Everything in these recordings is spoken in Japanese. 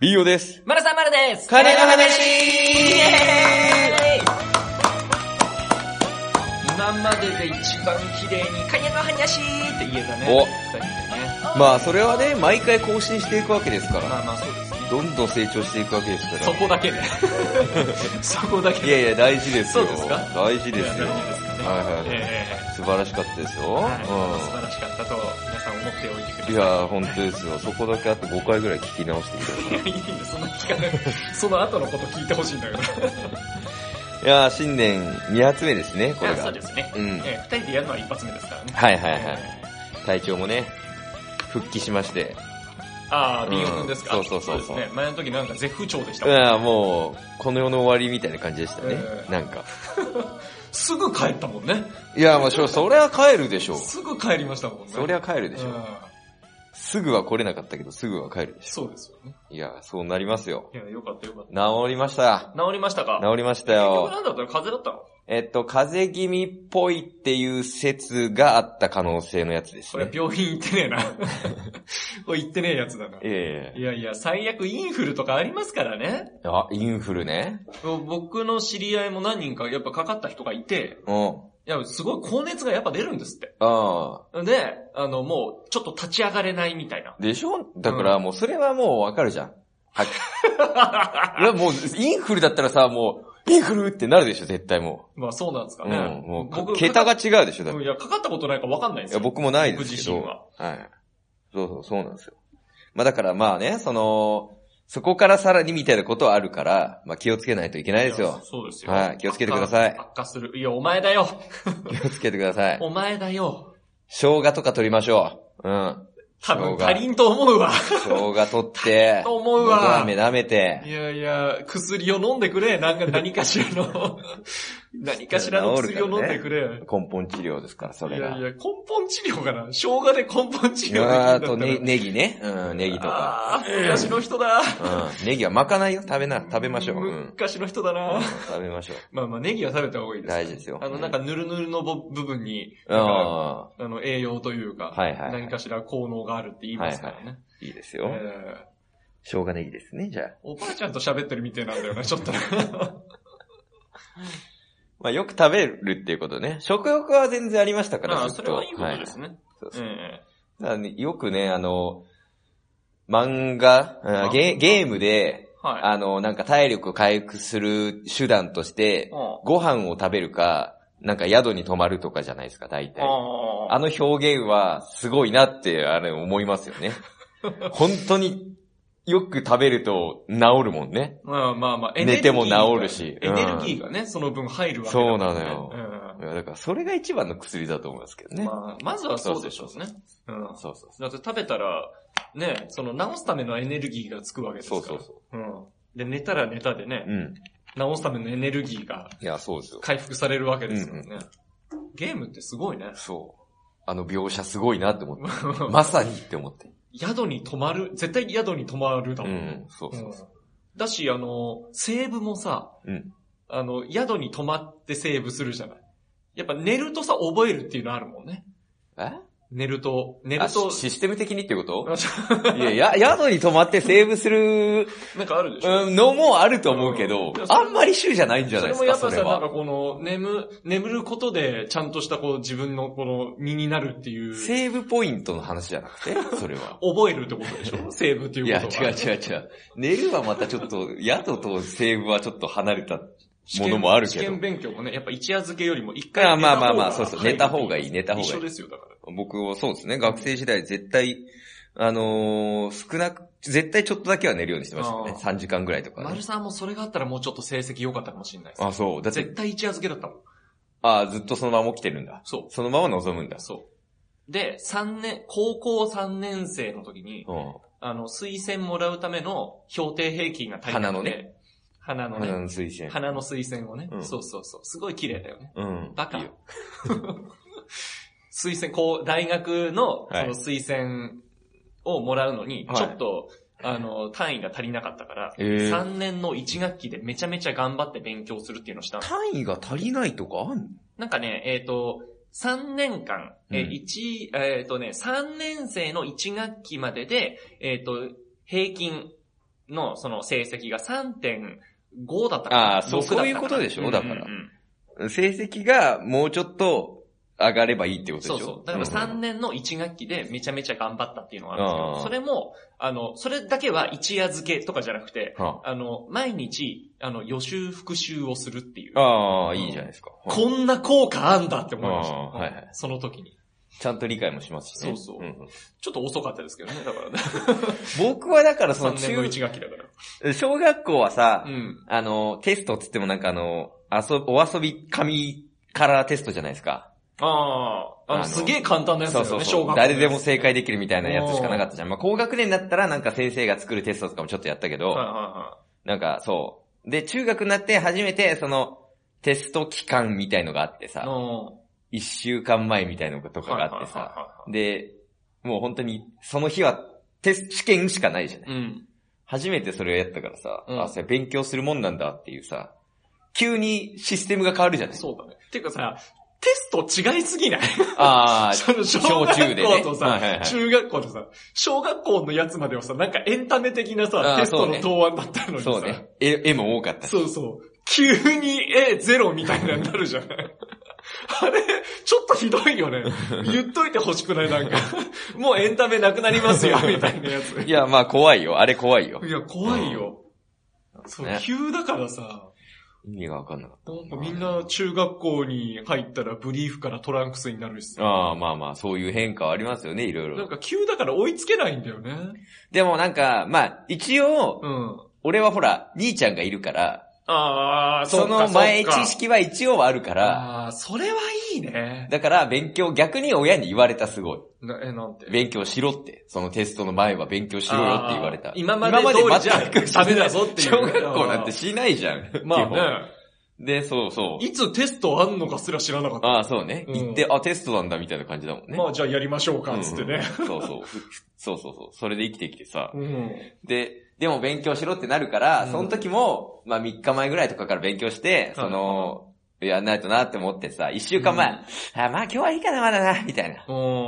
B オです。マルさんマルです金の話イエーイ今までで一番綺麗に金の話って言えたね。お二人でね。まあ、それはね、毎回更新していくわけですかまら、あまあそうですね。どんどん成長していくわけですから。そこだ けで。そこだけいで。やいや、大事ですよ。そうですか大事ですよ。いや大事ですかねはいはい、ええ素晴らしかったですよ。はい素晴らしかったと皆さん思っておいてくださうん。い。いや、本当ですよ。そこだけあと5回ぐらい聞き直してみたいや、いいんだ、そんな聞かない。その後のこと聞いてほしいんだけど。 い。いや、新年2発目ですね、これあが。そうですね。うんええ二人でやるのは一発目ですからね。はいはいはい。体調もね、復帰しまして。ああ、ビンオ君ですか、うんそうそうそうですね。前の時なんか絶不調でしたいもん。や、もう、この世の終わりみたいな感じでしたね。ええなんか。すぐ帰ったもんね。いや、まあ、しょそれは帰るでしょう。すぐ帰りましたもんね。そりゃ帰るでしょうう。んすぐは来れなかったけど、すぐは帰るでしょそうですよね。う。いや、そうなりますよ。いや、よかったよかった。治りました。治りましたか治りました結局よ。なんだったの風邪だったのえっと、風邪気味っぽいっていう説があった可能性のやつですそれねは。病院行ってねえな。 これ行ってねえやつだな。いやいいやいや、最悪インフルとかありますからね。やあ、インフルね。僕の知り合いも何人かやっぱかかった人がいて、うん。いや、すごい高熱がやっぱ出るんですって。あで、あの、もう、ちょっと立ち上がれないみたいな。あ。でしょだからもうそれはもうわかるじゃん。はい や、もうインフルだったらさ、もう、インフルってなるでしょ、絶対もまあそうなんですかう。うんね。、もう、僕桁が違うでしょ、だってうんいや、かかったことないからわかんないでいすや、よ。僕もないですけど。僕自はい。そうそう、そうなんですよ。まあだからまあね、その、そこからさらにみたいなことはあるから、まあ気をつけないといけないですいやよ。そうですよ。はい気をつけてください悪化悪化する。いや、お前だよ。気をつけてください。お前だよ。生姜とか取りましょう。うん。多しょう分が足りんと思うわ。生姜取って、と思うわのど飴舐めいて、やいや、薬を飲んでくれ。なんか何かしら の、何かしらの薬を飲んでくれ。根本治療ですから、そいれやいが。や、根本治療かな。生姜で根本治療できるんだあったらとね、ネギね。うん、ネギとか。あー昔の人だ。うん。ネギは巻かないよ。食べな、食べましょう。うん。うん昔の人だな。食べましょう。まあまあ、ネギは食べた方がいいです。大事ですよ。あの、なんか、ぬるぬるのぼ部分に、うん、なんかああの、栄養というか、はいはいはい何かしら効能があるって言いますからね。ーいいですよ。えー生姜ネギですね、じゃあ。おばあちゃんと喋ってるみたいなんだよな、ちょっと。まあ、よく食べるっていうことね。食欲は全然ありましたから、 まあ、ずそっれと。はいいことですはね。そうそうえだからねよくね、あの、漫画、うんゲゲームで、えはい。あの、なんか体力を回復する手段として、うんご飯を食べるか、なんか宿に泊まるとかじゃないですか、大体。あああの表現はすごいなって、あれ思いますよ ね。本当によく食べると治るもんね。まあまあまあ、寝ても治るしエネルギーがエネルギーがね、その分入るわけだからねそうなのよいやだからそれが一番の薬だと思いますけどうんね。まあ、まずはそうでしょうね。うん。そうそうだって食べたら、ね、その治すためのエネルギーがつくわけですかそう。ら。そうそうそうん。で、寝たら寝たでねう。、うん。治すためのエネルギーがいや、そうですよ。。回復されるわけですからね。ゲームってすごいねそう。あの描写すごいなって思っ て。まさにって思って。宿に泊まる、絶対宿に泊まるだうもん。ん。そうそうそうんだし、あの、セーブもさ、う。うん。あの、宿に泊まってセーブするじゃない。やっぱ寝るとさ、覚えるっていうのあるもんね。え寝ると、寝あると、 シシステム的にってことないや、や、宿に泊まってセーブするんかあるでしょ。うんのもあると思うけどうんいや、それあんまり主じゃないんじゃそないれでもすか、やっぱそれさ、なんかは。この、眠、眠ることで、ちゃんとしたこう、自分のこの、身になるっていう、セーブポイントの話じゃなくて、それは。覚えるってことでし ょセーブっていいうや、こと違うは。違う違う。寝るはまたちょっと、宿とセーブはちょっと離 れた。試験ものもあるけど試験勉強もね、やっぱ一夜漬けよりも一あ回あ寝た方がまあまあまあそうそう寝た方がいい寝た方がいい一緒ですよ、だから。僕はそうですね、学生時代絶対、あのー少なく、絶対ちょっとだけは寝るようにしてましたよね。あ3時間ぐらいとか、丸ね。さんもそれがあったらもうちょっと成績良かったかもしれないです。あ、そう。だって絶、対一夜漬けだったもん。あずっとそのまま起きてるんだ。そそのまま望むんだう。。そう。で、三年、高校3年生の時に、うん。あの、推薦もらうための評定平均が足りな花のくねて、花の花ね、の推薦。花の推薦をね、うんそうそうそう、すごい綺麗だよね。うん。バカいいよ。推薦、こう、大学の、はそいの推薦をもらうのには、いちょっと、あの、単位が足りなかったから、えー3年の1学期でめちゃめちゃ頑張って勉強するっていうのをしたの単位が足りないとかあんなんかね、えっ、と、3年間、えうんー、一、えっ、とね、3年生の1学期までで、えっ、と、平均のその成績が3.5だったかなああ、そう、 6そだったかなういうことでしょ、だからうんうんうん成績がもうちょっと上がればいいってことでしそょうそう。だから3ん年の1学期でめちゃめちゃ頑張ったっていうのがあるんですけああど、それも、あの、それだけは一夜漬けとかじゃなくて、はあの、毎日、あの、予習復習をするっていう。ああ、いいじゃないですか。はいこんな効果あんだって思いました。ああはいはいその時に。ちゃんと理解もしますしね。そうそうんんちょっと遅かったですけどね、だからね。僕はだからそ3の年の中、 1学期だから。小学校はさ、うん。あの、テストっつってもなんかあの、遊びお遊び紙からテストじゃないですか。ああ、ああの、のすげえ簡単なやつだそうよね、そう小そ学校う。のやつ。誰でも正解できるみたいなやつしかなかったじゃん。まあ、高学年になったらなんか先生が作るテストとかもちょっとやったけど、はいはなんかそう。で、中学になって初めてその、テスト期間みたいのがあっていはい。さ、の一週間前みたいのとかがあってはいさ、はで、もう本当に、その日はテスト試験しかないじゃないいはいはいうん。初めてそれをやったからさ、うんあ、それ勉強するもんなんだっていうさ、急にシステムが変わるじゃないそうだね。ていうかさ、テスト違いすぎないあその小小中学でね校とはさいはいは、い中学校とさ、小学校のやつまではさ、なんかエンタメ的なさあ、ーテストそうのね答案だったのあ、にそうさね、。絵絵も多かったし。そうそう。急に A ゼロみたいなになるじゃ ないあれ、ちょっとひどいよね。言っといてほしくないなん か。もうエンタメなくなりますよ、みたいなやつ。いや、まあ怖いよ。あれ怖いよ。いや、怖いよ。そう、ね急だからさ、意味がわかんなかった。なんかみんな中学校に入ったらブリーフからトランクスになるしさ。ああ、まあまあ、そういう変化はありますよね、いろいなんろ。か急だから追いつけないんだよね。でもなんか、まあ、一応、うん。俺はほら、兄ちゃんがいるから、ああ、そっかの前そっか知識は一応はあるから、ああ、それはいいね。だから勉強、逆に親に言われたすごい。な、え、なんて。勉強しろって。そのテストの前は勉強しろよって言われあたー。今まで通りじゃ今まで全くしなダいメだぞっていう。小学校なんてしないじ ゃん。ま基本あで、そうそうね。。いつテストあんのかすら知らなかった。ああ、そうね。うん行って、あ、テストなんだみたいな感じだもんね。まあじゃあやりましょううか、んつってね。そうそう。ふ そうそうそう。それで生きてきてさ。うん。で、でも勉強しろってなるから、うんその時も、まあ3日前ぐらいとかから勉強して、その、やんないとなって思ってさ、1週間前、うんあ、まあ今日はいいかな、まだな、みたいな。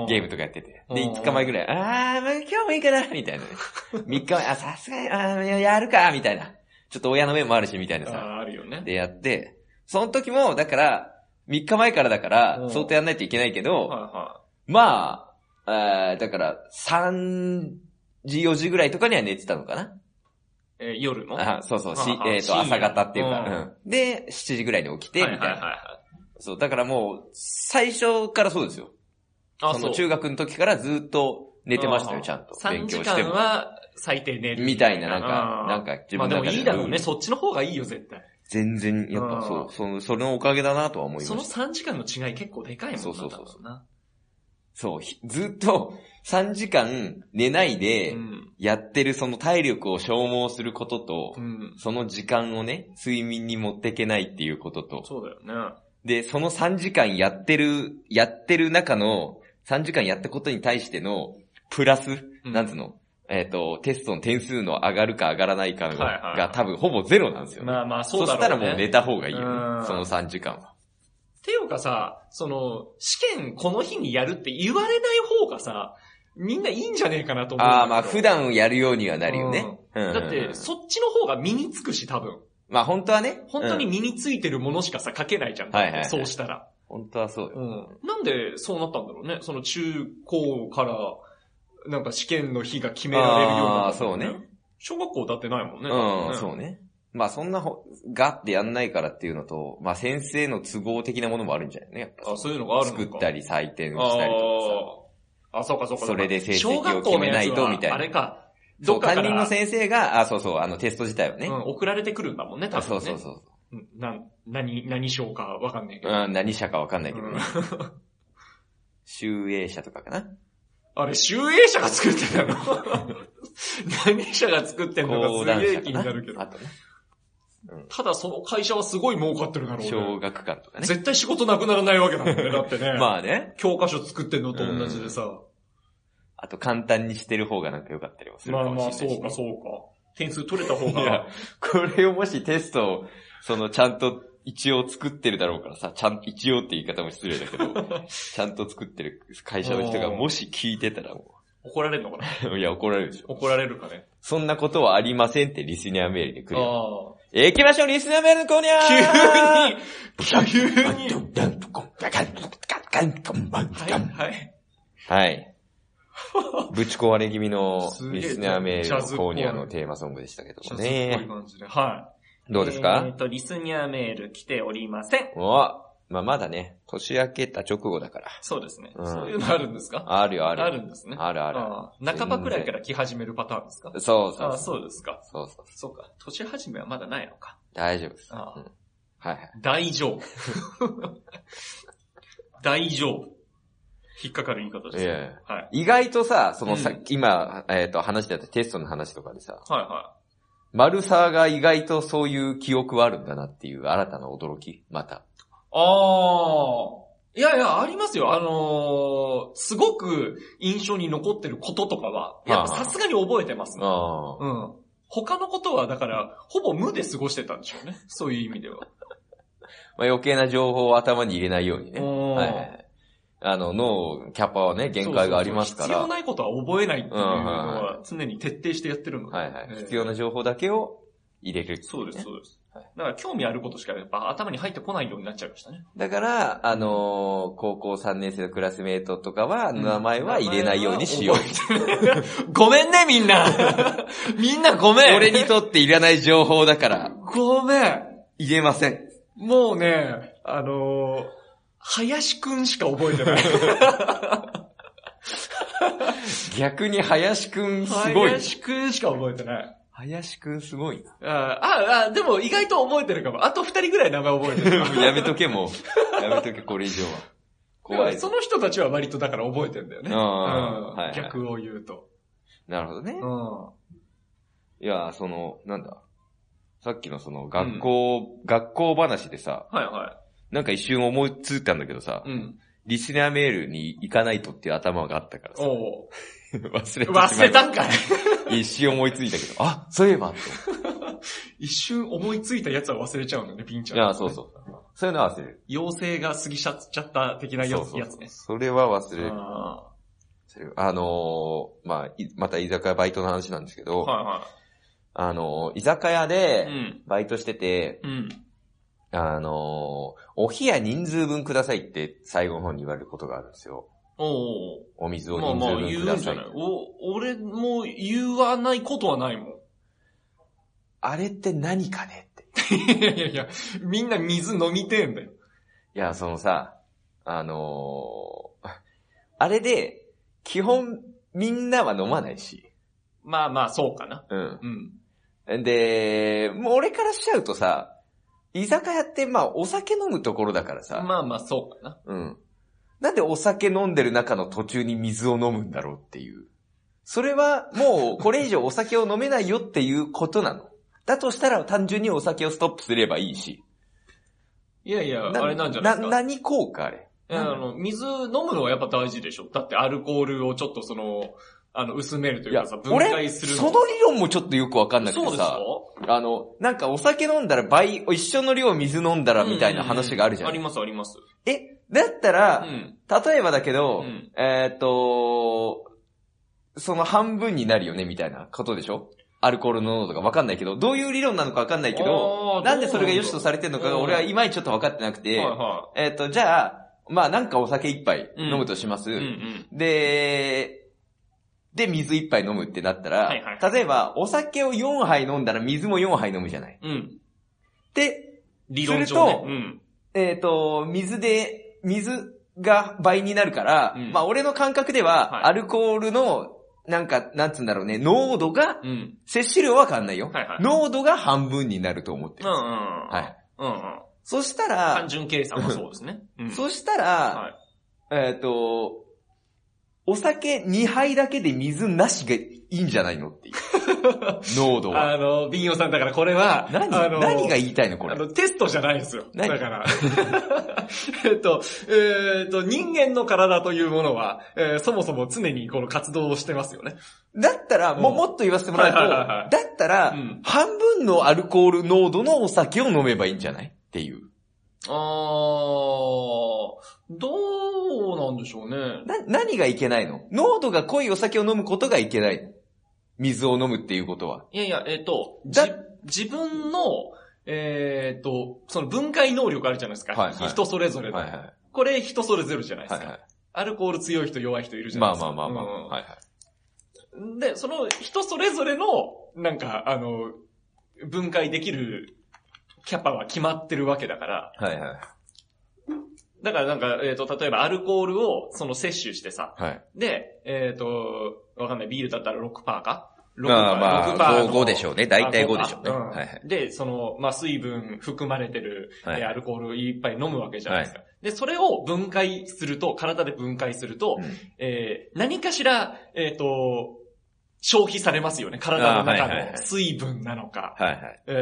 ゲームとかやってて。で、うん5日前ぐらい、あー、まあ、今日もいいかな、みたいなね。3日 前、あ、さすがに、あーやるか、みたいな。ちょっと親の目もあるし、みたいなあさ。あ、あるよね。で、やって、その時も、だから、3日前からだからう、ん相当やんないといけないけど、はまあ、あーだから、3時、4時ぐらいとかには寝てたのかな。いはい。え、夜のあそうそう、しああえっ、と、深夜朝方っていうか、うんうんで、7時ぐらいに起きて、みはたいいな。はいはいはい。そう、だからもう、最初からそうですよ。あ、そそのう。中学の時からずっと寝てましたよ、ちゃんと。 3勉時強して間も。は最低寝る。みたいな、なんかあ、ーなんか自まあ分での中もでいいだろうね。そっちの方がいいよ、絶対。全然、やっぱそうう、んその、それのおかげだなとは思いまそのした。 3時間の違い結構でかいもんなそうそうそうそう多分な。そう、ひずっと3時間寝ないでう、ん。やってるその体力を消耗することとう、ん。その時間をね、睡眠に持っていけないっていうことと、そうだよね。で、その3時間やってる、やってる中の、3時間やったことに対しての、プラス、うんなんつうの、えっ、と、テストの点数の上がるか上がらないかが,、はいはいはい多分ほぼゼロなんですよね。まあまあ、そそううだしたろらう、ね。もう寝た方がいいようねん。その3時間は。ていうかさ、その、試験この日にやるって言われない方がさ、みんないいんじゃねえかなと思うんだけど。ああ、まあ普段やるようにはなるよね。うんだって、そっちの方が身につくし、多分。まあ本当はね。本当にうん身についてるものしかさ、書けないじゃん。はいはいはいそうしたら。本当はそうよ。うん。なんでそうなったんだろうね。その中高から、なんか試験の日が決められるようになったんだろあーそう。小学校だってないもんね。うん、うそうね。まあそんなほ、ガッてやんないからっていうのと、まあ先生の都合的なものもあるんじゃないね。やっぱあ、そういうのがあるのか。作ったり採点をあしたりとかさ。あーあ、そうかそうかうか。それで成績を決めないとみたいな小学校のやつはあれか。そどっう、かか担ら任の先生が、あ、そうそう、あのテスト自体をね。うん、送られてくるんだもんね、多あ分、ね。そうそうそう。うん。な、何、何賞かわかんないけど。うん、何社かわかんないけどうんね。集英社とかかな。あれ、集英社が作ってたの 何社が作ってんの講か談すげえ社気かになるけどな。あ。とね、ただその会社はすごい儲かってるだろうね。小学館とかね。絶対仕事なくならないわけだも んね、だってね。まあね。教科書作ってんのと同じでさ。あと簡単にしてる方がなんか良かったりもする まかあまあ、もしそれないうしね、かそうか。点数取れた方いやが。、 これをもしテストを、そのちゃんと一応作ってるだろうからさ、ちゃん、一応って言い方も失礼だ けど、ちゃんと作ってる会社の人がもし聞いてたらも怒られるのかなう、いや怒られるでしょ。 怒られるかね。そんなことはありませんってリスナーメールで来あるよ。あ。行きましょう、リスナーメールのコーナー急に、 急に。ダンコンバカンカンカンカンバンはカい、ンはい。はい。ぶち壊れ気味のすげえリスナーメールのコーニャのテーマソングでしたけどちょもっとすっごいね。感じで。はどうですえっか、と、リスニャーメール来ておりません。おまあまだね、年明けた直後だから。そうですね。うんい。そういうのあるんですかあるよ、あるよ。あるんですね。あるあるああ半ばくらいから来始めるパターンですかそうそああ、うそう。そうですか。そうそう。そうか。年始めはまだないのか。大丈夫です。うんああはいはい。大丈夫。大丈夫。引っかかる言い方ですいね。やいやはい。意外とさ、そのさ、う今、えっ、と、話してたテストの話とかでさ、はいはマルサーが意外とそういう記憶はあるんだなっていう新たな驚き、また。い。ああ。いやいや、ありますよ。あのー、すごく印象に残ってることとかは、やっぱさすがに覚えてますね。ああ。うん。他のことは、だから、ほぼ無で過ごしてたんでしょうね。そういう意味では。まあ、余計な情報を頭に入れないようにね。うんはいはいはい。あの、脳、キャパはね、限界がありますから。そうそうそう必要ないことは覚えないっていうのうんはいは常に徹底してやってるので。はいはい、ええ必要な情報だけを入れる、そうです、。そうです。はいだから興味あることしかやっぱ頭に入ってこないようになっちゃいましたね。だから、あのー高校3年生のクラスメイトとかは、名前は入れないようにしよう。ごめんね、みん なみんなごめん俺にとっていらない情報だから、ごめん入れません。もうね、あのー、林くんしか覚え てない。逆に林くんすごい。林くんしか覚えてない。林くんすごいな。あーあー、あーでも意外と覚えてるかも。あと二人ぐらい名前覚えて る。 やめとけもう。やめとけ、これ以上は。怖いそ。の人たちは割とだから覚えてんだよね。うんはいはい逆を言うと。なるほどね。うん。いや、その、なんだ。さっきのその、学校、学校話でさ、はいはなんか一瞬思いついたんだけどさ、い。うん。リスナーメールに行かないとっていう頭があったからさ、おう忘れてしまい忘れたんかい 一瞬思いついたけど、あ、そういえばって。一瞬思いついたやつは忘れちゃうんだよね、ピンちゃん。あそうそう。そういうのは忘れる。妖精が過ぎちゃっちゃった的なやそうつそうやそつうね。それは忘れる。あそれあのー、まあ、いまた居酒屋バイトの話なんですけーど、はあのー、居酒屋いはい。うで、ん。バイトしてて、うん。あのー、お冷や人数分くださいって最後の方に言われることがあるんですよ。おうお水おうをまあ人数分くまあ言うだんじさゃい。ない。お、俺も言わないことはないも ん。あれって何かねって。いやいやいや、みんな水飲みてえんだよ。いや、そのさ、あのー、 あれで、基本、みんなは飲まないし。まあまあ、そうかな。うん。うん。で、もう俺からしちゃうとさ、居酒屋ってまあお酒飲むところだからさ、まあまあ、そうかな。うん。なんでお酒飲んでる中の途中に水を飲むんだろうっていう。それはもうこれ以上お酒を飲めないよっていうことなの。だとしたら単純にお酒をストップすればいいし。いやいや、あれなんじゃないですか。何効果あれ。えあの、水飲むのはやっぱ大事でしょだってアルコールをちょっとその、あの、薄めるといいうやかさ、、分解俺、するその理論もちょっとよくわかんなくそうてでしさ、ょあの、なんかお酒飲んだら倍、一緒の量水飲んだらみたいな話があるじゃん。ありますあります。え、だったうら、ん。例えばだけうど、ん。えーっと、その半分になるよねみたいなことでしょアルコールの濃度がわかんないけど、どういう理論なのかわかんないけど、あーなんでそれが良しとされてるのかがうん俺はいまいちちょっとわかってなくて、はいはえーっと、じゃあ、まあなんかお酒一杯飲むとします。い。うんうん。で、で、水一杯飲むってなったら、はいはいは例えば、お酒を4杯飲んだら水も4杯飲むじゃない。うん。で、理論上ねする。とうん。えっ、と、水で、水が倍になるから、うんまあ俺の感覚では、はいアルコールの、なんか、なんつうんだろうね、濃度が、うん。摂取量は変わんないよ。はいはい濃度が半分になると思ってうんうる。ん。はい。うんうん。そした単ら、純計算はそうですね。うん。そしたら、はえっ、と、お酒2杯だけで水なしがいいんじゃないのって いう。濃度い。は。あの、ビンヨさんだからこれは、何、あの何が言いたいのこれあ。の、テストじゃないんですよ。だ何から。 えっと、えっと、人間の体というものは、えーそもそも常にこの活動をしてますよね。だったら、もう、うんもっと言わせてもらうと、はいはいはいはいだったら、うん半分のアルコール濃度のお酒を飲めばいいんじゃないっていう。あー、どうなんでしょうね。な、何がいけないの濃度が濃いお酒を飲むことがいけない水を飲むっていうことは。いやいや、えっ、と、じだ自分の、えっ、と、その分解能力あるじゃないですか。はいはい人それぞれの、はいはこれ人それぞれじゃないい。ではすか、いはアルコール強い人弱い人いるい。じゃまあないですか。まあまあまあ。うんはいはい。で、その人それぞれの、なんか、あの、分解できるキャパは決まってるわけだから、はいはい。だからなんか、えっ、と、例えばアルコールをその摂取してさ、はい。で、えっ、と、わかんない、ビールだったら6%か ?6% まあまあ、5、5でしょ。ょうね。大体5でしょうね。あは5いかはうんい。で、その、まあ、水分含まれてる、はいえーアルコールいっぱい飲むわけじゃないですか。で、それを分解すると、体で分解すると、うんえー何かしら、えっ、と、消費されますよね。体の中あーはいはいはいの水分なのか、はいはい。え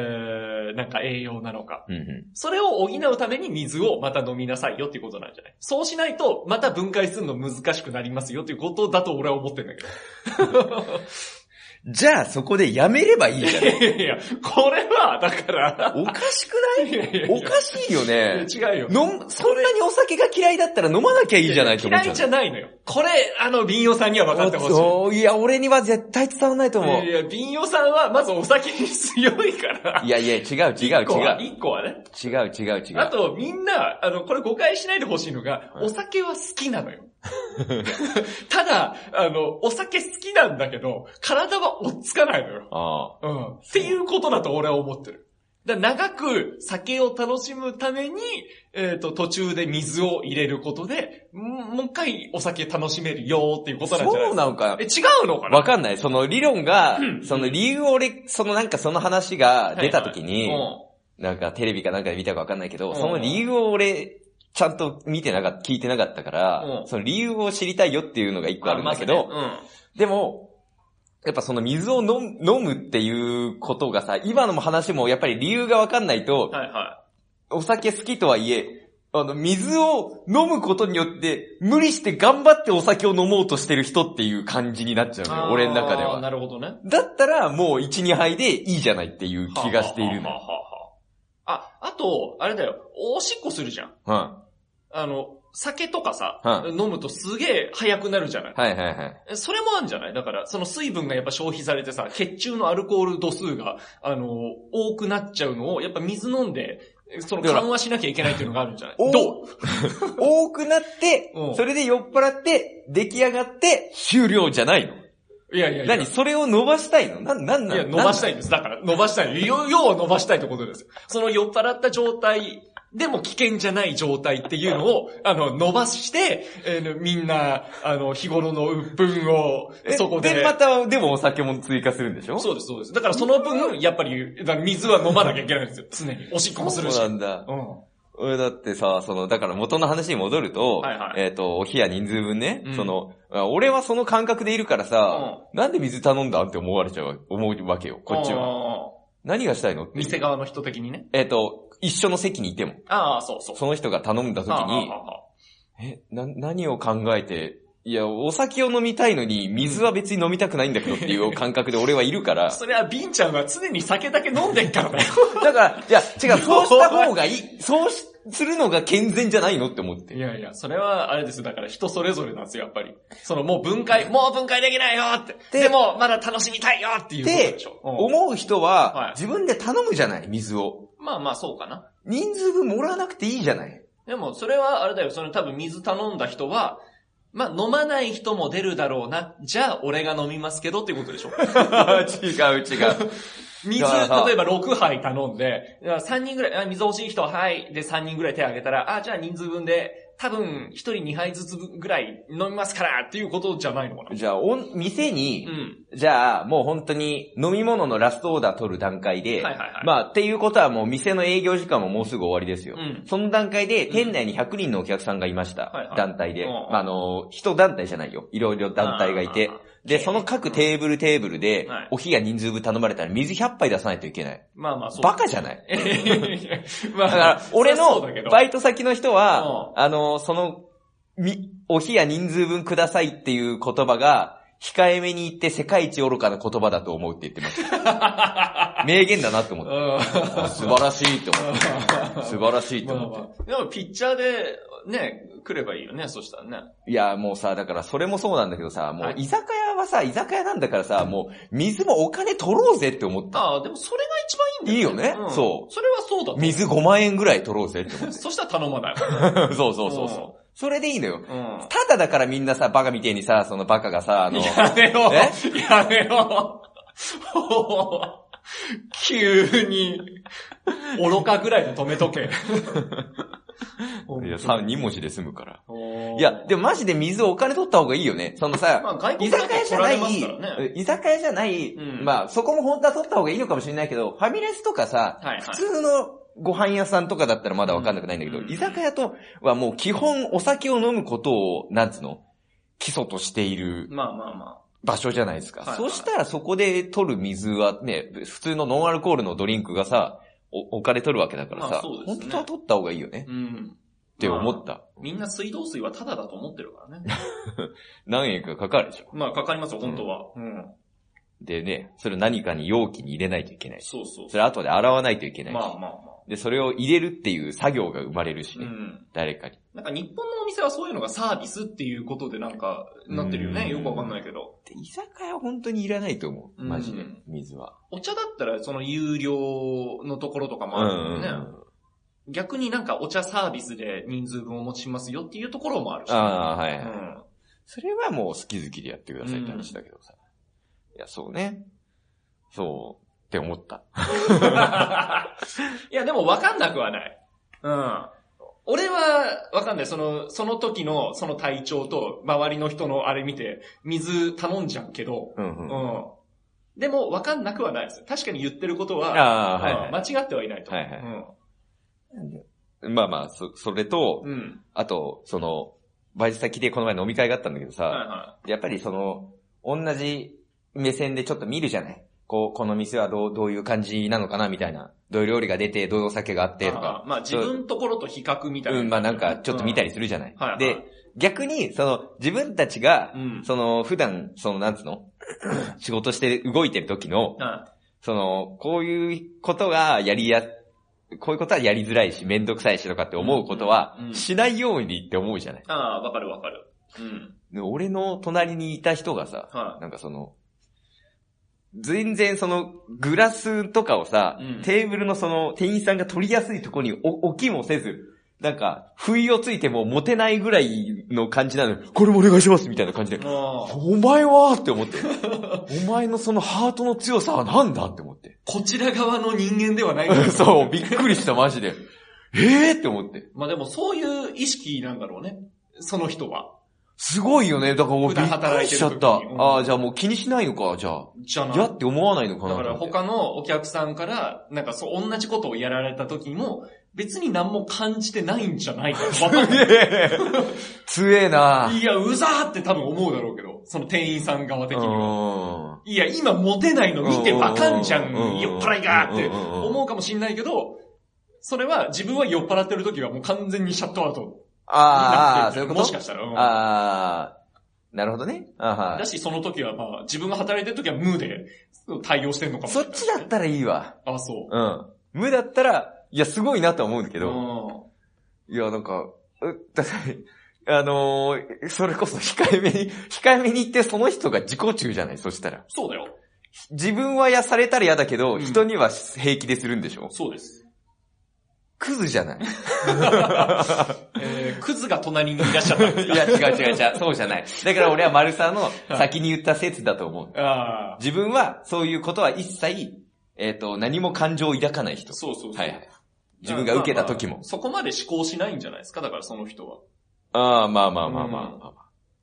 ーなんか栄養なのか。うんうそれを補うために水をまた飲みなさいよっていうことなんじゃないそうしないと、また分解するの難しくなりますよっていうことだと俺は思ってんだけど。 ん。じゃあそこでやめればいいじゃい ないやいや、これは、だから、おかしくいやいやないいおやかしいよね。いや違うよ。飲む、そんなにお酒が嫌いだったら飲まなきゃいいじゃないと思っち嫌ゃいうじ。ゃないのよ。これ、あの、瓶用さんには分かってほしい。そう、いや、俺には絶対伝わらないと思うい。や、瓶用さんは、まずお酒に強いから。いやいや、違う違う一個は違う。一個はね。違う違う違あう。と、みんな、あの、これ誤解しないでほしいのが、はいお酒は好きなのよ。 ただ、あの、お酒好きなんだけど、体は追っつかないのよ。あうん。っていうことだと俺は思ってる。だから長く酒を楽しむために、えっ、と、途中で水を入れることで、んもう一回お酒楽しめるよっていうこあ。となんじゃないそうなのか。え、違うのかなわかんない。その理論が、その理由を俺、そのなんかその話が出た時はいにはい、なんかテレビかなんかで見たかわかんないけうど、んその理由を俺、ちゃんと見てなかった、聞いてなかったからう、んその理由を知りたいよっていうのが一うん。個あるんだけど、までも、やっぱその水を飲む飲むっていうことがさ、今のも話もやっぱり理由がわかんないとあ、ねうん。はいはお酒好きとはいえ、あの、水を飲むことによって、無理して頑張ってお酒を飲もうとしてる人っていう感じになっちゃうい。のよ、俺の中であーは。なるほどね。だったら、もう1、2杯でいいじゃないっていう気がしているはあの。はあはあはああ、あと、あれだよ、おしっこするじゃん。うん。あの、酒とかさ、は飲むとすげえ早くなるじゃない。はいはいはい。えそれもあるんじゃないだから、その水分がやっぱ消費されてさ、血中のアルコール度数が、あの、多くなっちゃうのを、やっぱ水飲んで、そのだから緩和しなきゃいけないっていうのがあるんじゃないおどう多くなってうん、それで酔っ払って、出来上がって、終了じゃないの。いやいやいや。何それを伸ばしたいのなん、なんいなや、の伸ばしたい。いんです。だから、伸ばしたい。要要は伸ばしたいってことです。その酔っ払った状態でも危険じゃない状態っていうのを、あの、伸ばして、えーみんな、あの、日頃の鬱憤を、えそこで。また、でもお酒も追加するんでしょそうです、そうです。だからその分、やっぱり、だから水は飲まなきゃいけないんですよ。常に。おしっこもするし。そうなんだ。うん。俺だってさ、その、だから元の話に戻ると、はいはいえっ、と、お冷や人数分ね、うんその、あ俺はその感覚でいるからさ、なんで水頼んだんって思われちゃう、思うわけよ、こっちは。は。何がしたいのっていう店側の人的にね。えっ、と、一緒の席にいても、ああ、そうそう。その人が頼んだ時はあはに、あはあえ、な、何を考えて、いや、お酒を飲みたいのに、水は別に飲みたくないんだけどっていう感覚で俺はいるから、 そりゃ、ビンちゃんは常に酒だけ飲んでっからだよ。だから、いや、違う、そうした方がいい、そうしするのが健全じゃないのって思ってい。やいや、それは、あれですよ。だから人それぞれなんですよ、やっぱり。その、もう分解、もう分解できないよって。ででも、まだ楽しみたいよっていうことでしょ。うん思う人はいは、自分で頼むじゃない、水を。まあまあ、そうかな。人数分もらわなくていいじゃ ない。でも、それは、あれだよ。その、多分、水頼んだ人は、まあ、飲まない人も出るだろうな。じゃあ、俺が飲みますけどっていうことでしょ。 違う違う。水、だからさ例えば6杯頼んで、3人ぐらい、あ水欲しい人、はい。で、3人ぐらい手挙げたら、あ、じゃあ人数分で、多分、1人2杯ずつぐらい飲みますから、っていうことじゃないのか な。じゃあ、おん店に、うん。じゃあ、もう本当に飲み物のラストオーダー取る段階で、はいはいはいまあ、っていうことはもう店の営業時間ももうすぐ終わりですよ。うんその段階で、店内に100人のお客さんがいました。はいはい団体で。うんまあ、あの、人団体じゃないよ。いろいろ団体がいてあー。で、その各テーブルテーブルではい、お冷や人数分頼まれたら水100杯出さないといけない。まあまあ、そう。バカじゃない まあ、だから、俺のバイイト先の人は、あの、その、み、お冷や人数分くださいっていう言葉が、控えめに言って世界一愚かな言葉だと思うって言ってま した。名言だなって思って。あ素晴らしいって思って。素晴らしいって まあ思っまて。あ。でも、ピッチャーで、ね、来ればいいよね、そしたらね。いや、もうさ、だからそれもそうなんだけどさ、もはうい居酒屋はさ、居酒屋なんだからさ、もう水もお金取ろうぜって思った。ああ、でもそれが一番いいんだよね。いいよねんそそれはそうだと思う。水5万円ぐらい取ろうぜって思っそしたら頼まない。 た。 そうそうそうそう。それでいいのよ。うん。ただだからみんなさ、バカみてえにさ、そのバカがさ、あの、やめろえやめろもう急に、愚かぐらいで止め とけ。いや、さ、2文字で済むから。おーいや、でもマジで水お金取った方がいいよね。そのまさ、あ外居国だ酒と屋じ取ゃらなれますからね。い、居酒屋じゃない、うんまあそこも本当は取った方がいいのかもしれないけど、ファミレスとかさ、はいはい普通のご飯屋さんとかだったらまだわかんなくないんだけど、うん居酒屋とはもう基本お酒を飲むことを、なんつうの基礎としているまあまあま場所じゃないですか。はいはいそしたらそこで取る水はね、普通のノンアルコールのドリンクがさ、おお金取るわけだからまさ、あそうですね本当は取った方がいいよねあ。。うん。って思った。みんな水道水はタダだと思ってるからね。何円かかかるでしょ。まあかかりますよ、本当は。うん。でね、それを何かに容器に入れないといけないし。そうそうそ。れ後で洗わないといけないし。まあまあまあ。で、それを入れるっていう作業が生まれるしうね。ん。誰かに。なんか日本のお店はそういうのがサービスっていうことでなんか、なってるようんね。よくわかんないけど。で、居酒屋は本当にいらないと思う。マジでうん。水は。お茶だったらその有料のところとかうもあるもんん。ね。あ逆になんかお茶サービスで人数分お持ちしますよっていうところもあるし。あ、はういはい。ん。それはもう好き好きでやってくださいってうん話だけどさ。いや、そうね。そう。って思った。 いや、でもわかんなくはない。うん。俺は、わかんない。その、その時の、その体調と、周りの人のあれ見て、水頼んじゃうけど、うんう。うんん。でも、わかんなくはないです。確かに言ってることは、ああ、はいうんは間違ってはいないと。はいい。まあまあ、そ、それと、うん。うん。あと、その、バイト先でこの前飲み会があったんだけどはいさ、はやっぱりその、同じ目線でちょっと見るじゃないこう、この店はどう、どういう感じなのかなみたいな。どういう料理が出て、どういうお酒があっい。てとかあ。ーまあ、自分ところと比較みたいな。うん、まあなんかちょっと見たりするじゃない。はいはいで、逆に、その、自分たちがう、ん。その、普段、その、なんつう の仕事して動いてる時の、はその、こういうことがやりや、こういうことはやりづらいし、めんどくさいしとかって思うことはうんう、んしないようにって思うじゃない。いああ、わかるわかる。うん。で俺の隣にいた人がさ、はなんかその、全然その、グラスとかをさ、うんテーブルのその、店員さんが取りやすいところにお置きもせず、なんか、不意をついても持てないぐらいの感じなのに、これもお願いしますみたいな感じい。で、もう、お前はって 思って、お前のそのハートの強さはなんだって思って。 こちら側の人間ではないんだそう、びっくりした、マジで。ええー、って思って。まあでもそういう意識なんだろうね。その人は。すごいよね。だからもう普び段っくりしちゃった。働いてる時にうんああ、じゃあもう気にしないのか、じゃあ。じゃない。やって思わないのかなだからと思って他のお客さんから、なんかそう、同じことをやられた時も、別に何も感じてないんじゃ ないか。わかんない 強えな。いや、うざーって多分思うだろうけど、その店員さん側的には。ういや、今モテないの見てわかんじゃん、うんうんうん酔っ払いがーってうんうんうん思うかもしんないけど、それは自分は酔っ払ってる時はもう完全にシャットアウトあーあー、そうにないっうてることもしかしたら。うんああ、なるほどね。あーはだし、その時はまあ、自分が働いてる時は無で対応してんのかいもしそれっない。ちだったらいいわ。あ、そうん。無だったら、いや、すごいなとは思うんだけう。うど、ん。いや、なんか、うだって、あのーそれこそ控えめに、 控えめに言ってその人が自己中じゃないそしたら。そうだよ。自分はやされたら嫌だけど、うん人には平気でするんでしょそうです。クズじゃないえー、クズが隣にいらっしゃったんで いすや、違う違う違う、そうじゃない。だから俺は丸さんの先に言った説だと思う。かああ。自分はそういうことは一切、えっ、と、何も感情を抱かない人。そうそうそう。はいはい。自分が受けた時まあまもあ。そこまで思考しないんじゃないですか、だからその人は。ああ、まあまあまあまあまあまあ。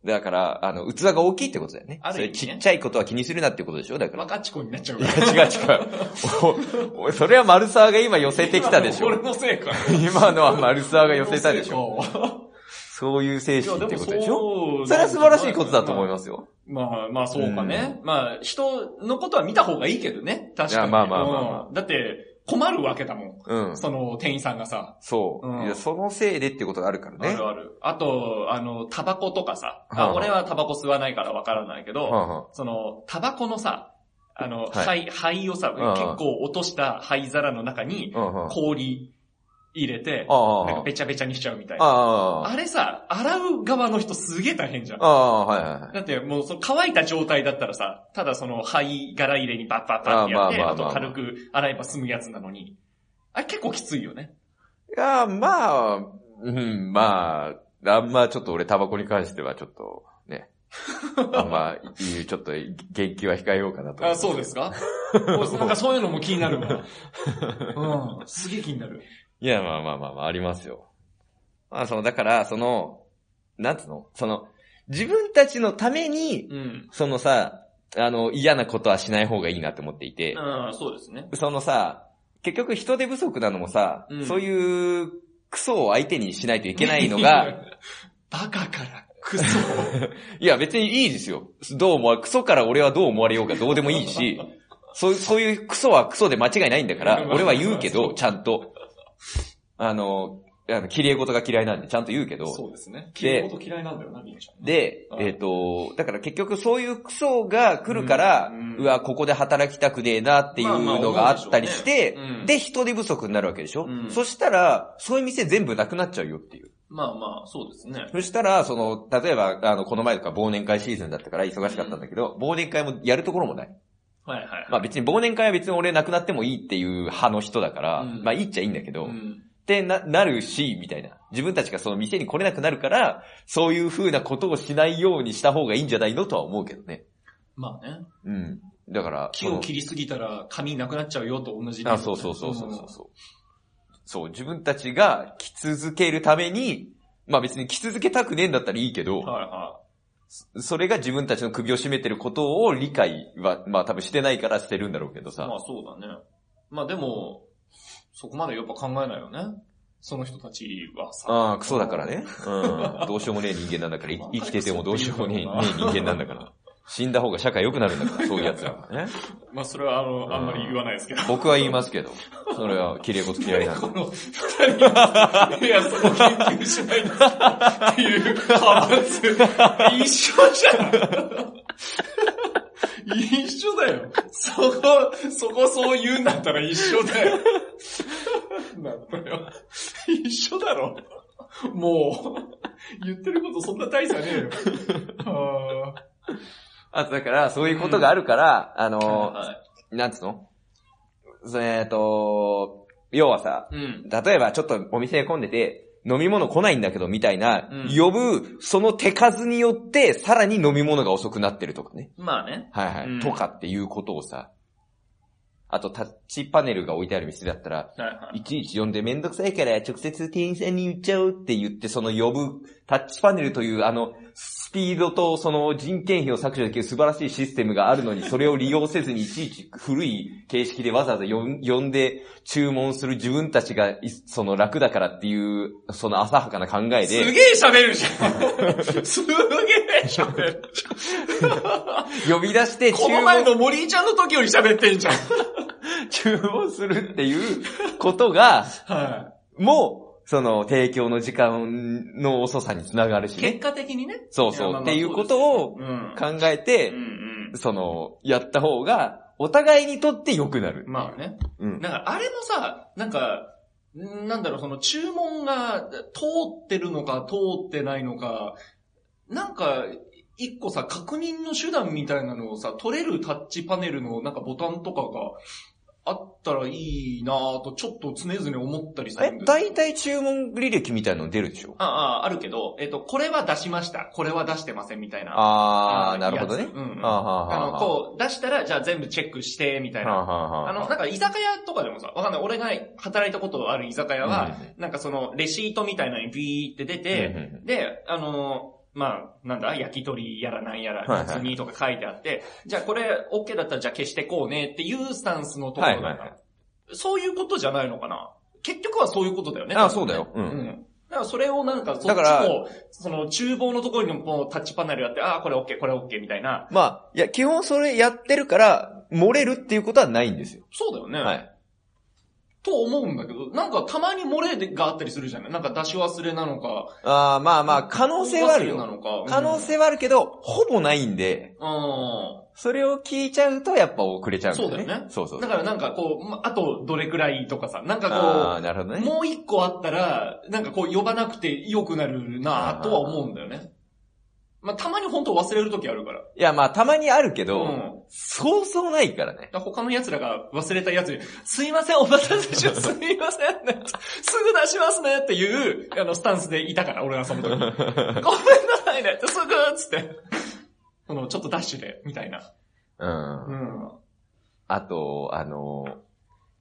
だから、あの、器が大きいってことだよね。ある意味ねそれちっちゃいことは気にするなってことでしょだから。バカチコになっちゃういかや、ら。違う違う。おおそれは丸沢が今寄せてきたでし俺ょ。のせいか。今のは丸沢が寄せたでしょ。ょ。そういう精いや、神でってもことでしょそう。それは素晴らしいことだと思いす。ますよ。まあまあそうかね。まあ人のことは見た方がいいけどね。確かいやに。まあまあまあまあうんだって、困るわけだもうんん。。その店員さんがさ。そう、うんいや。そのせいでってことがあるからあね。るある。あと、あの、タバコとかさ。はああ俺はタバコ吸わないからわからないけはど、あはその、タバコのさ、あの、は灰、灰をさ、うんうん結構落とした灰皿の中にあうんうん氷入れて、ああなんかべちゃべちゃにしちゃうみたいな。ああ。あれさ、洗う側の人すげえ大変じゃんあ。あ、はいはいはい。だってもうその乾いた状態だったらさ、ただその灰殻入れにバッバッバッってやって、あーまあまああまあと軽く洗えば済むやつなのに。あれ結構きついよね。いや、まあ、うん、まあ、あんまちょっと俺タバコに関してはちょっと、 ね。あんま、いちょっと言及は控えようかなと。あそうですかお なんかそういうのも気になるわ。うん。すげえ気になる。いや、まあまあまあまあ、ありますよ。まあ、その、だから、その、なんつうのその、自分たちのために、うん。そのさ、あの、嫌なことはしない方がいいなって思っていて、うん、そうですね。そのさ、結局人手不足なのもさ、うんそういうクソを相手にしないといけないのが、、 バカからクソ。いや別にいいですよ。どう思わ、クソから俺はどう思われようがどうでもいいし、そうそういうクソはクソで間違いないんだから、俺は言うけど、ちゃんと。あの、あの綺麗事が嫌いなんで、ちゃんと言うけど。そうですね。嫌いこと嫌いなんだよな、みんちゃん。でう、んえっ、と、だから結局そういうクソが来るから、ううんうんわ、ここで働きたくねえなっていうのがあったりして、まあまあ思うでしょうねうんで、人手不足になるわけでしょ、うんそしたら、そういう店全部なくなっちゃうよっていう。まあまあ、そうですね。そしたら、その、例えば、あの、この前とか忘年会シーズンだったから忙しかったんだけど、忘年会もやるところもない。はいはいはい。まあ別に忘年会は別に俺なくなってもいいっていう派の人だから、うんまあいいっちゃいいんだけど、うん。ってな、なるし、みたいな。自分たちがその店に来れなくなるから、そういう風なことをしないようにした方がいいんじゃないのとは思うけどね。まあね。うん。だから、木を切りすぎたら髪なくなっちゃうよと同じそのあ、理由だねそうそうそうそうそうそう。そう、自分たちが来続けるために、まあ別に来続けたくねえんだったらいいけうんど、はいはそれが自分たちの首を絞めてることを理解は、まあ多分してないからしてるんだろうけどい。まさ。あそうだね。まあでも、そこまでやっぱ考えないよね。その人たちはさ。ああ、クソだからね。うん。どうしようもねえ人間なんだから、い生きててもどうしようもねえねえ人間なんだから。死んだ方が社会良くなるんだから、そういうやつらはね。まあそれはあうんの、あんまり言わないですけど。僕は言いますけど、それは綺麗事嫌いなんでこ。の二人が、いや、そこ研究しないんだっていう派閥、一緒じゃん。一緒だよ。そこ、そこそう言うんだったら一緒だよ。なんだよ。一緒だろ。もう、言ってることそんな大差ねえよ。ああとだから、そういうことがあるから、あーの、なんつうのそえっ、と、要はさ、うん。例えばちょっとお店混んでて、飲み物来ないんだけどみたいな、うん呼ぶ、その手数によって、さらに飲み物が遅くなってるとかね。まあね。はいはい。うんとかっていうことをさ、あとタッチパネルが置いてある店だったら、はいはいちいち呼んでめんどくさいから直接店員さんに言っちゃおうって言って、その呼ぶタッチパネルというあの、スピードとその人件費を削除できる素晴らしいシステムがあるのに、それを利用せずにいちいち古い形式でわざわざ呼ん呼んで注文する自分たちがいその楽だからっていう、その浅はかな考えすげで、え喋るじゃん。すげえ喋る。呼び出して注 この前文の森井ちゃんの時より喋ってんじゃん。注文するっていうこと が、はもう、その提供の時間の遅さにつながるしね。結果的にね。そういやそまう。あっまあていうことをうん。うん考えてう、ん。その、やった方が、お互いにとって良くなる。まあね。うん。なんか、あれもさ、なんか、んなんだろう、その注文が通ってるのか通ってないのか、なんか、一個さ、確認の手段みたいなのをさ、取れるタッチパネルのなんかボタンとかがあったらいいなぁと、ちょっと常々思ったりするんえで、す大体注文履歴みたいなの出るでしょああ、あるけど、えっと、これは出しました、これは出してませんみたいな。ああー、ーなるほどいねいや。つうんうんあはあはああの、こう、出したら、じゃあ全部チェックして、みたいなは。あはあはああの、なんか居酒屋とかでもさ、わかんない。俺が働いたことある居酒屋は、うんうんなんかその、レシートみたいなのにビーって出て、うんうんで、あのーまあ、なんだ、焼き鳥やらなんやら、はいはい別にとか書いてあって、じゃあこれ、OK だったらじゃあ消してこうねっていうスタンスのところだから、はいはいはそういうことじゃないのかな結局はそういうことだよね。あ多分ねそうだよううんん。だからそれをなんか、そっちだからも、その厨房のところにもこうタッチパネルやって、ああ、これ OK、これ OK みたいな。まあ、いや、基本それやってるから、漏れるっていうことはないんですよ。そうだよね。はい。と思うんだけど、なんかたまに漏れがあったりするじゃないなんか出し忘れなのか。ああ、まあまあ、可能性はある忘れなよ。のか。可能性はあるけど、ほぼないんで、うん。それを聞いちゃうとやっぱ遅れちゃうんだよね。そうだよねそうそうだからなんかこう、まあとどれくらいとかさ、なんああ、かなるほどこう、ね。もう一個あったら、なんかこう呼ばなくて良くなるなぁとは思うんだよね。まあ、たまに本当忘れる時あるから。いや、まあ、たまにあるけど、うん。そうそうないか らね。だから他の奴らが忘れた奴に、すいません、お待たせし ました、すいません、ね、すぐ出しますねっていう、あの、スタンスでいたから、俺はその時。ご めんなさいね、すぐっつって。この、ちょっとダッシュで、みたいな。うん。うん。あと、あの、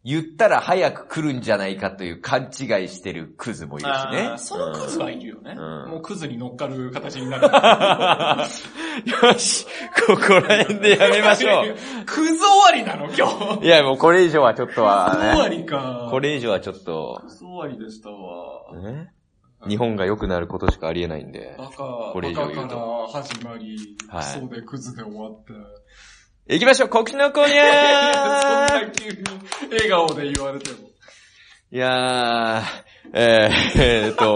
言ったら早く来るんじゃないかという勘違いしてるクズもいるしあねー。そのクズはいるよね。うんもうクズに乗っかる形に なる。うんよし、ここら辺でやめまし ょう。。クズ終わりなの今日。いや、もうこれ以上はちょっクとズ終はわね。りか。こ。れ以上はちょっと、クソ終わりでしたわ。ね日本が良くなることしかありえないんで。バカ、これ以バ上カ言うとから始まり、はいクソでクズで終わって。行きましょう、告知の コーニいやいやそんャーな急に笑顔で言われても。いやー、えー、えーっと、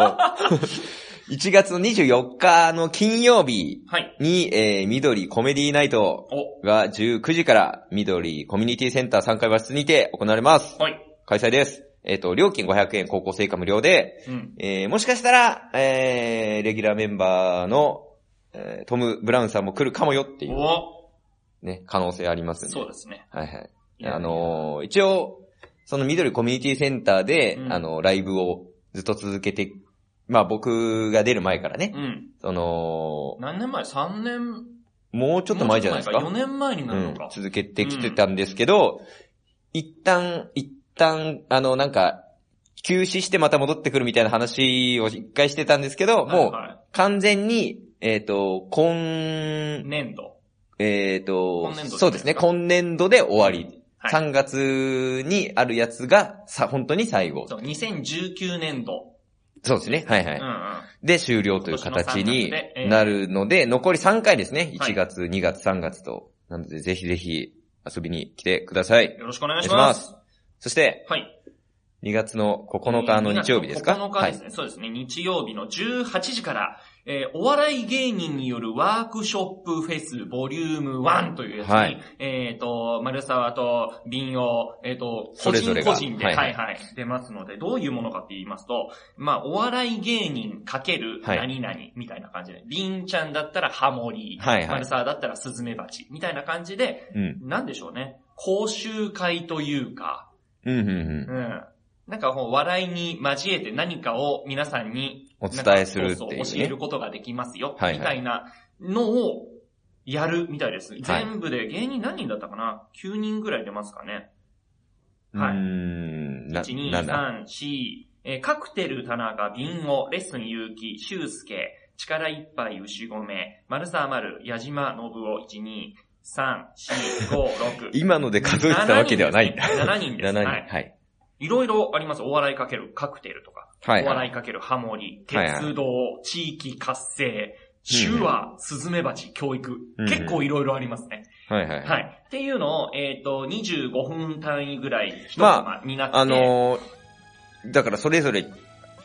1月の24日の金曜日はい。に、えー、緑コメディナイトお、が19時から緑コミュニティセンター3階和室にて行われます。はい。開催です。えーっ、と、料金500円、高校生以下無料で、うん。えー、もしかしたら、えー、レギュラーメンバーの、えー、トム・ブラウンさんも来るかもよっていう、お、ね、可能性ありますんで。そうですね。はいはい。あ、のー一応、その緑コミュニティセンターで、うんあの、ライブをずっと続けて、まあ僕が出る前からね、うん。その、何年前 ?3 年もうちょっと前じゃないですか。もうちょっと前4年前になるのうんか。続けてきてたんですけど、一旦、一旦、あの、なんか、休止してまた戻ってくるみたいな話を一回してたんですけど、もうはいは完全に、えっ、と、今、い年度。えっ、と今年度じゃないです、かそうですね、今年度で終わりはい3月にあるやつが、さ、本当に最後。そう、2019年度。そうですね。はいはうい。んうん。で、終了という形に今年の三月でええなるので、残り3回ですね。はい1月、2月、3月と。なので、ぜひぜひ遊びに来てください。よろしくお願おいします。願いします。そして、はい。 2月の9日の日曜日ですか9日ですね、そうですね。日曜日の18時から、えーお笑い芸人によるワークショップフェスボリューム1というやつに、はいえっ、と、丸沢と瓶を、えっ、と、そ個れぞれ人が個人で、ははいいははいい、出ますので、どういうものかって言いますと、まあ、お笑い芸人かけるはい何々みたいな感じで、瓶、ちゃんだったらハモリ、はいはい丸沢だったらスズメバチみたいな感じで、はい。うん。なんでしょうね、講習会というか、うんうんうん。うん。なんかこう、笑いに交えて何かを皆さんに、お伝えするっていうねなんかそうそう教えることができますよ。はいはいみたいなのを、やるみたいです。全部で芸人何人だったかな ?9 人ぐらい出ますかね。はいい。うーん。な、 1、2、なんだ。 3、4、えーカクテル、田中、瓶を、レッスン、結城、修介、力いっぱい、牛米、丸沢丸、矢島、信夫、1、2、3、4、5、6。 今ので数えてたわけではないんだ。 7人です、 7ね。7人です。人。は。はいい。いろいろあります。お笑いかけるカクテルとか。はいお笑はいかけるハモリ、はいはい鉄道、地域活性、手話、スズメバチ、教育うん。結構いろいろありますね。い。はいはい。はい。っていうのを、えっ、と、25分単位ぐらい、まあ、になって、あのーだからそれぞれ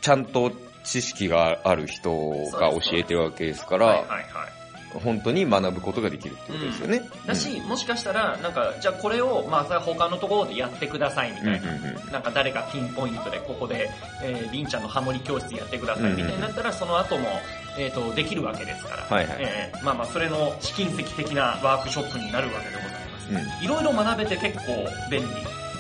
ちゃんと知識がある人が教えてるわけですから、はいはいはい。本当に学ぶことができるってことですよね。だし、もしかしたら、なんか、じゃあこれを、まあ、さ他のところでやってください、みうん、うんたういな。んうんなんか誰かピンポイントでここで、えー、りんちゃんのハモリ教室やってくださいみたいになったら、その後も、えっ、と、できるわけですから。はいはいえーまあまあ、それの試金石的なワークショップになるわけでございます。うんいろいろ学べて結構便利。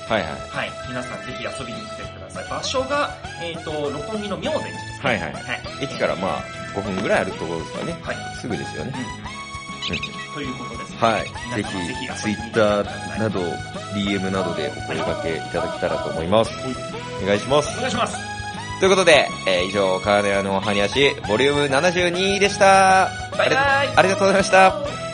はいはい。はい。皆さんぜひ遊びに来てください。場所が、えっ、と、六本木の明善寺ですね。はいはいはい。駅からまあ5分ぐらいあるところですかね。はい。すぐですよね。うんうんということです、はい。ぜ皆様ひ、遊びに来てくだ Twitter さいなど、DM などでお声掛けいただけたらと思います。お願いしますお。願いします。ということで、えー以上、カーネアのハニアシ、ボリューム72でした。バイバイありがとうございました。